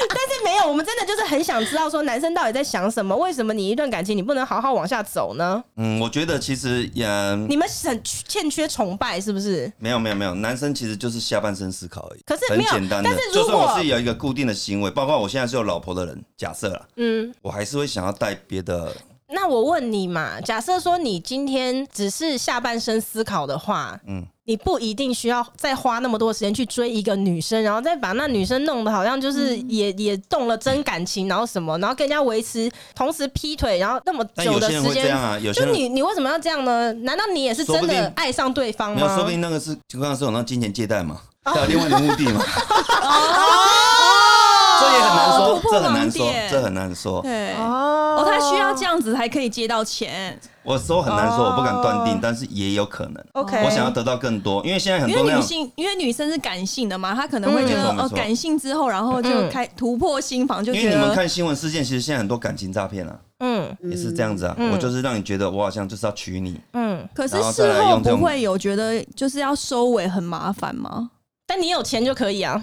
A: 但是是没有，我们真的就是很想知道说男生到底在想什么，为什么你一段感情你不能好好往下走呢？
C: 嗯，我觉得其实也
A: 你们很欠缺崇拜是不是？
C: 没有没有没有，男生其实就是下半身思考而已，
A: 可是
C: 很
A: 没有
C: 简单的
A: 但是。如
C: 就
A: 果
C: 算我自己有一个固定的行为，包括我现在是有老婆的人，假设啦，
A: 嗯，
C: 我还是会想要带别的。
A: 那我问你嘛，假设说你今天只是下半身思考的话，嗯
C: 嗯，
A: 你不一定需要再花那么多时间去追一个女生，然后再把那女生弄得好像就是也、也动了真感情，然后什么，然后跟人家维持同时劈腿，然后那么
C: 但
A: 久
C: 有
A: 的
C: 些人
A: 时
C: 会这
A: 间。
C: 样啊，有些
A: 就
C: 人
A: 你，你为什么要这样呢？难道你也是
C: 说
A: 真
C: 不定
A: 的爱上对方
C: 没有，
A: 吗？哦
C: 说不定那个是就刚刚说有那金钱借贷嘛，还有另外的目 的嘛，
D: 哦
A: 哦
C: 这也很难
D: 突
C: 说，
D: 破
C: 这很
D: 盲
C: 难说
D: 点，
C: 这很难说。
D: 对，哦，
A: 哦
D: 他需要这样子才可以接到钱，
C: 我说很难说，我不敢断
A: 哦
C: 定，但是也有可能。
A: OK，
C: 我想要得到更多，因为现在很
D: 因
C: 多那
D: 为女
C: 种
D: 性，因为女生是感性的嘛，她可能会觉
C: 嗯没
D: 得
C: 错
D: 哦，
C: 没错
D: 感性之后，然后就
A: 嗯
D: 开突破心房，就
C: 因
D: 觉
C: 为你们
D: 得
C: 看新闻事件，其实现在很多感情诈骗啊，
A: 嗯
C: 也是这样子啊。
A: 嗯
C: 我就是让你觉得我好像就是要娶你，
A: 嗯，
D: 可是
C: 然后再
D: 事
C: 来
D: 后
C: 用这
D: 不
C: 种
D: 会有觉得就是要收尾很麻烦吗？
A: 但你有钱就可以啊。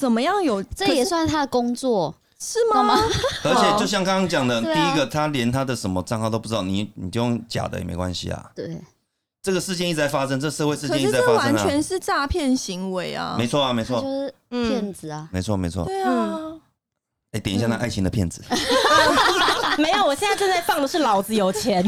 D: 怎么样有
B: 这
D: 可
B: 也
D: 是
B: 算他的工作，
D: 是吗？
C: 而且就像刚刚讲的，
B: 对
C: 第
B: 啊
C: 一个他连他的什么账号都不知道，你你就用假的也没关系啊。
B: 对，
C: 这个事件一直在发生，这社会事
D: 可
C: 件一
D: 是
C: 直在
D: 这
C: 发
D: 完
C: 生啊
D: 全，是诈骗行为啊！
C: 没错啊，没
B: 他就
C: 错，
B: 是骗
A: 嗯，
B: 子啊。
C: 没错，没错。
D: 对嗯哦啊，
B: 嗯
C: 哎，点一下那爱情的骗子，
A: 没有，我现在正在放的是老子有钱，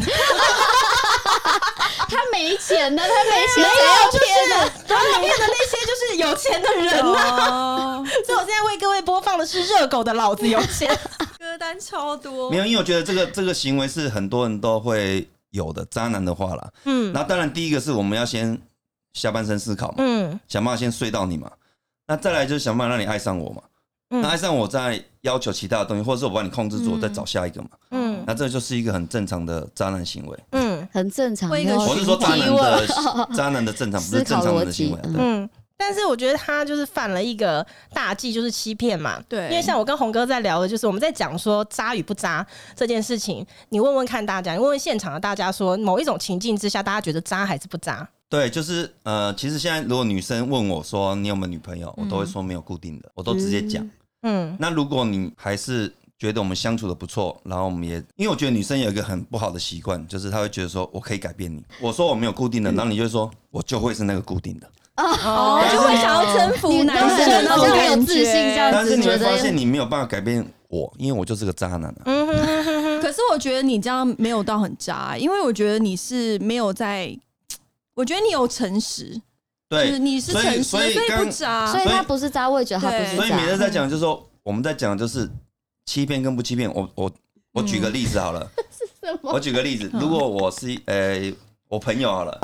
B: 他没钱的，他没钱
A: 没有骗的，他们骗的那些就是有钱的
D: 啊
A: 人呐、
B: 啊
D: 哦，
A: 所以我现在为各位播放的是热狗的《老子有钱》。
D: 歌单超多
C: 没，有，因为我觉得这个这个行为是很多人都会有的，渣男的话啦。
A: 嗯
C: 那当然，第一个是我们要先下半身思考嘛，
A: 嗯
C: 想办法先睡到你嘛。那再来就是想办法让你爱上我嘛。
A: 嗯
C: 那爱上我再要求其他的东西，或者是我把你控制住，我再找下一个嘛。
A: 嗯
C: 那这就是一个很正常的渣男行为。
A: 嗯
B: 很正常。
D: 会一个
B: 没有
D: 哦
C: 我是说渣男
B: 疑问
C: 的 渣男的正常，不
B: 思
C: 是
B: 考
C: 正常人
B: 逻
C: 的
B: 辑
C: 行为啊。对
A: 嗯。但是我觉得他就是犯了一个大忌，就是欺骗嘛。
D: 对
A: 因为像我跟红哥在聊的，就是我们在讲说渣与不渣这件事情。你问问看大家，你问问现场的大家说，某一种情境之下，大家觉得渣还是不渣？
C: 对，就是呃，其实现在如果女生问我说你有没有女朋友，我都会说没有固定的，我都直接讲。
A: 嗯
C: 那如果你还是觉得我们相处的不错，然后我们也，因为我觉得女生有一个很不好的习惯，就是她会觉得说我可以改变你。我说我没有固定的，然后你就会说我就会是那个固定的。
D: 哦，就会想要征服
B: 你
D: 男生
B: 对
D: 的那种
B: 好像
D: 感
B: 有
D: 觉
B: 自信这样
C: 但
B: 子
C: 是你
B: 觉
C: 会
B: 得
C: 发现你没有办法改变我，因为我就是个渣男啊。
A: 嗯哼哼哼哼
D: 可是我觉得你这样没有到很渣，因为我觉得你是没有在，我觉得你有诚实，就是
C: 对，
D: 你是
C: 哎所
D: 诚
C: 以
D: 实
C: 所
D: 的，所
C: 以
D: 以
C: 刚
D: 不渣。
B: 所以
C: 所以
B: 他不是渣，我也觉得他不是渣。
D: 对
C: 所以每次在讲就是说我们在讲就是欺骗跟不欺骗。我我我举个例子 好了，
B: 嗯什
C: 我？举个例子，
D: 嗯
C: 如果我是一呃我朋友好了，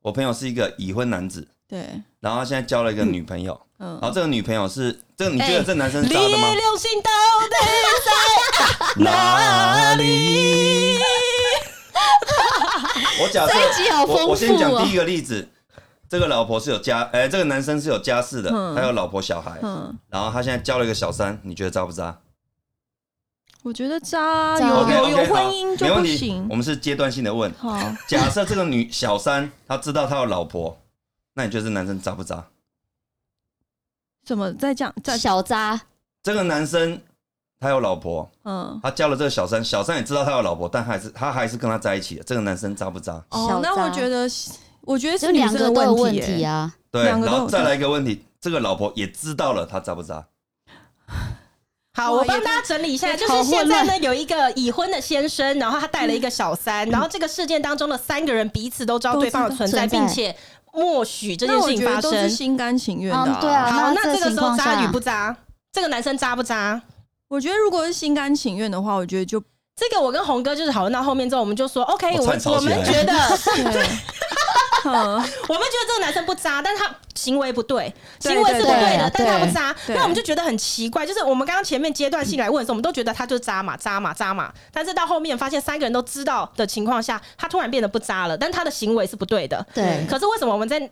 C: 我朋友是一个已婚男子，
D: 对，
C: 然后他现在交了一个女朋友，然
D: 嗯，
C: 后这个女朋友是这个你
B: 哎
C: 觉得这男生是渣的吗
A: 离？流星到底
C: 哪里？我假设
B: 这一集好丰富哦
C: 我我先讲第一个例子，这个老婆是有家，哎、这个男生是有家室的，
D: 嗯
C: 他有老婆小孩，
D: 嗯，
C: 然后他现在交了一个小三，你觉得渣不渣
D: 我觉得渣
B: 渣
D: 有
C: OK，OK，
D: 有有
C: 好
D: 婚姻就
C: 没
D: 不
C: 问题
D: 行。。
C: 我们是阶段性的问，
D: 好，
C: 假设这个女小三她知道她有老婆，那你觉得这男生渣不渣？
D: 怎么再讲？再
B: 小渣，
C: 这个男生他有老婆，
D: 嗯。
C: 他交了这个小三，小三也知道他有老婆，但还是他还是跟他在一起了。这个男生渣不渣？
D: 哦
B: 小，
D: 那我
B: 渣
D: 觉得，我觉得
B: 就是
D: 女
B: 两
D: 生
B: 个
D: 的
B: 都有问
D: 题耶
B: 题啊。
C: 对，
D: 两
C: 然
D: 个都有
C: 后再来一个问题，这个老婆也知道了他渣不渣？
A: 好，我帮大家整理一下，
D: 也
A: 就是现在呢有一个已婚的先生，然后他带了一个小三，然后这个事件当中的三个人彼此都知道对方的存在，
B: 都知道
A: 并且默许这件
D: 那
A: 事
D: 我
A: 情
D: 觉
A: 发
D: 得都是
A: 生。
D: 心甘情愿的、
B: 嗯对啊
A: 好，
B: 那
A: 那
B: 这
A: 这个
B: 情
A: 时候
B: 况
A: 渣
B: 下
A: 与不渣，这个男生渣不渣？
D: 我觉得如果是心甘情愿的话，我觉得就
A: 这个我跟红哥就是讨论到后面之后，我们就说 OK，
C: 我
A: 我
C: 差点
A: 们
C: 吵
A: 我
C: 哦起来
A: 们觉得
D: 对。嗯，
A: 我们觉得这个男生不渣，但是他行为不对，
D: 对
A: 行为是不
B: 对
A: 对的
B: 对，
A: 但他不渣，
D: 对
A: 那我们就觉得很奇怪。就是我们刚刚前面阶段性来问的时候，我们都觉得他就是渣嘛，渣嘛，渣嘛。但是到后面发现三个人都知道的情况下，他突然变得不渣了，但他的行为是不对的。
B: 对，
A: 可是为什么我们在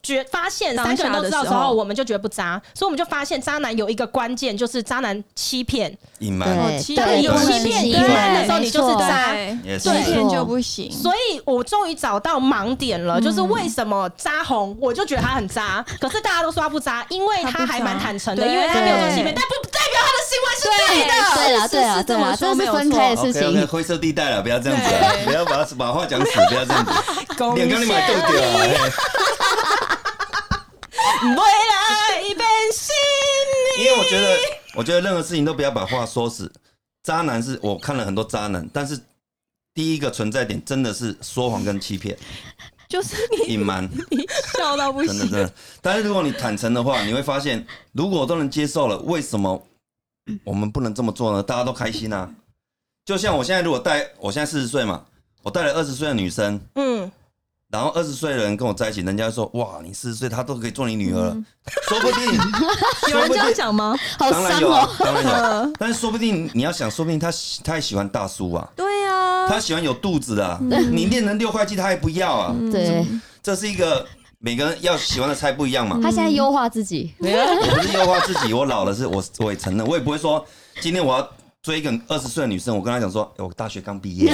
A: 觉发现三个人都知道的时
D: 当下的时
A: 候，
D: 候
A: 我们就觉得不渣？所以我们就发现渣男有一个关键，就是渣男欺骗。
B: 对
C: 隐瞒，
D: 哦欺
B: 对
D: 骗
B: 你
D: 不
B: 欺
D: 能
B: 骗
D: 欺
B: 别人
D: 骗
B: 的时候
A: 没
B: 你就是
A: 错
B: 渣
D: 对，
C: 也是
D: 欺
A: 对
D: 骗就不行。
A: 所以我终于找到盲点了，就是为什么渣红，我就觉得他很渣，可是大家都说他不渣，因为他还蛮坦诚的，
D: 他不
A: 因
D: 渣
A: 为他没有做欺骗，但不代表
B: 对对啦，
D: 是
B: 对啦，
D: 是这
B: 对
D: 么
B: 啦，
D: 说
B: 这
D: 没
B: 是
D: 有
B: 分
D: 错
B: 开的事
C: OK
B: 情。
C: OK，灰色地带了，不要这样子啊，
D: 对
C: 不要把把话讲死，不要这 样子。
A: 恭
C: 你刚你买豆
A: 喜
C: 掉啊？嘿
A: 未来一片新
C: 因为我觉 得，我觉得任何事情都不要把话说死。渣男是我看了很多渣男，但是第一个存在点真的是说谎跟欺 骗、
D: 就是你
C: 隐瞒，
D: 你笑到不
C: 真的真
D: 行，
C: 的。但是如果你坦诚的话，你会发现，如果我都能接受了，为什么我们不能这么做呢？大家都开心啊！就像我现在，如果带我现在四十岁嘛，我带了二十岁的女生，
A: 嗯，
C: 然后二十岁的人跟我在一起，人家说哇，你四十岁，她都可以做你女儿了，说不定
D: 嗯 有
C: 说
D: 人这
C: 不
D: 样
C: 定
D: 讲吗？
B: 好
C: 当然
B: 伤
C: 有啊
B: 哦，，
C: 当然有 啊。但是说不定你要想，说不定他喜他也喜欢大叔啊，
D: 对
B: 嗯
D: 啊，
C: 他喜欢有肚子的、啊。你练成六块肌，他也不要啊。
B: 对
C: 这是一个每个人要喜欢的菜不一样嘛。
B: 他现在优化自己，
C: 我不是优化自己，我老了是我我也承认，我也不会说今天我要追一个二十岁的女生，我跟她讲说，哎我大学刚毕 业。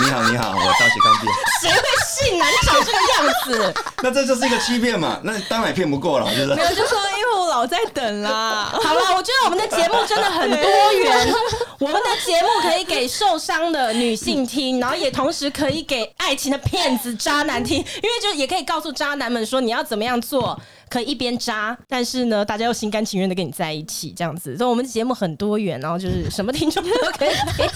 C: 你好，你好，我大学刚毕业。
A: 谁会信啊？你长这个样子，
C: 那这就是一个欺骗嘛？那当然也骗不过了，就是
D: 没有就说
A: 哎
D: 因为我老在等 啦，
A: 好了，我觉得我们的节目真的很多元， 我们的节目可以给受伤的女性听，然后也同时可以给爱情的骗子、渣男听，因为就也可以告诉渣男们说你要怎么样做，可以一边渣，但是呢，大家又心甘情愿的跟你在一起，这样子。所以我们的节目很多元，然后就是什么听众都 可以听。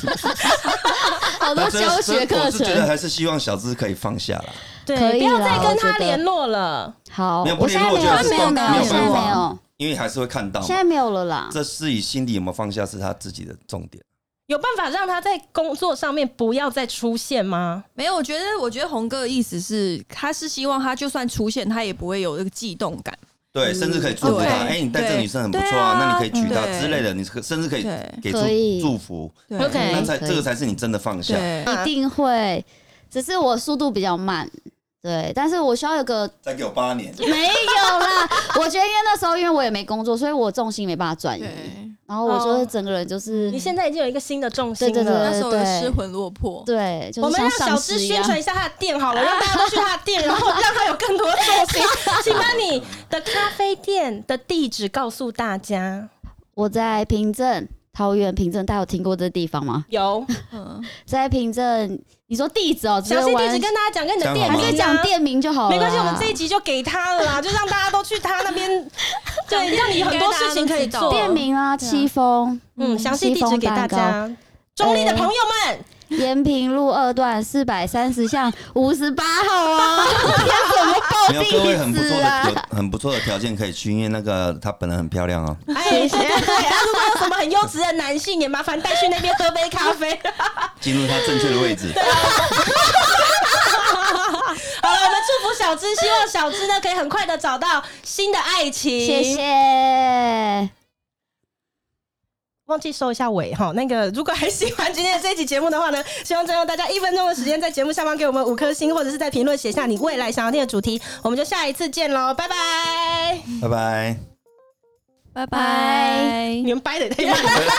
B: 好多
C: 那真的
B: 教
C: 是
B: 学课
C: 我是觉得
B: 程。
C: 还是希望小资可以放下了。
A: 对，
B: 可以
A: 不要
B: 啦
A: 再
B: 我
A: 跟
B: 觉
A: 他
B: 得
A: 联络了。
B: 好
C: 没有，不
B: 我
C: 联
B: 现
C: 络
B: 在没有，
C: 我觉得是
B: 现在
C: 公
B: 没
C: 没有
B: 有，现在
C: 办法
B: 没有，
C: 因为还是会看到嘛，
B: 现在没有了
D: 啊
B: 啦。
C: 这自己心里有没有放下是他自己的重点。
A: 有办法让他在工作上面不要再出现吗？
D: 没有，我觉得我觉得红哥的意思是，他是希望他就算出现，他也不会有这个悸动感，
C: 对，甚至可以祝福
D: 嗯对
C: 他。哎，你带这
D: 对
C: 女生很不错
D: 对
C: 啊
D: 啊，
C: 那你可以娶她
D: 对
C: 之类的，你甚至可以
D: 对
C: 给
B: 可以
C: 出祝福，
D: 对
A: OK
C: 那才
B: 可以
C: 这个才是你真的放下。
D: 对，
B: 一定会，只是我速度比较慢。对，但是我需要有个
C: 再给我八年，
B: 没有啦。我觉得因为那时候因为我也没工作，所以我重心没办法转移，
D: 对，
B: 然后我就是整个人就是
A: 哦嗯你现在已经有一个新的重心了。
B: 对对对
D: 那时候有失魂落魄，
B: 对，就
A: 我
B: 是
A: 们
B: 像
A: 让小
B: 丧
A: 芝
B: 尸一
A: 宣
B: 样。
A: 传一下他的店好了，让大家都去他的 店，然后让他有更多重心。请把你的咖啡店的地址告诉大家。
B: 我在平镇，桃园平镇，大家有听过这地方吗？
A: 有
D: 嗯，
B: 在平镇，你说地址哦、直接
A: 详细地
B: 玩
A: 址跟大家讲，跟你的店
C: 讲
B: 还
C: 好吗
B: 是
A: 名啊
B: 讲。店名就好了啦。
A: 没关系，我们这一集就给他了啦，就让大家都去他那 边，对，让你很多事情可以做。
B: 店，名啊，七峰
A: 嗯，详细地址给大
B: 西风哎
A: 家。中立的朋友们，
B: 延平路二段四百三十巷五十八号哦， 要怎么
C: 没有各位很
B: 报
C: 不
B: 地
C: 错
B: 址
C: 的
B: 啊？
C: 有很不错的条件可以去，因为那个她本人很漂亮哦。
A: 哎，对对 对，啊如果有什么很优质的男性，也麻烦带去那边喝杯咖啡。
C: 进入她正确的位 置，
A: 好了，我们祝福小芝，希望小芝呢可以很快的找到新的爱情。
B: 谢谢。
A: 忘记收一下尾哈。那个，如果还喜欢今天的这一期节目的话呢，希望占用大家一分钟的时间，在节目下方给我们五颗星，或者是在评论写下你未来想要听的主题。我们就下一次见喽，拜拜！
C: 拜拜。
B: 拜
D: 拜拜
A: 你。们掰的也太慢了。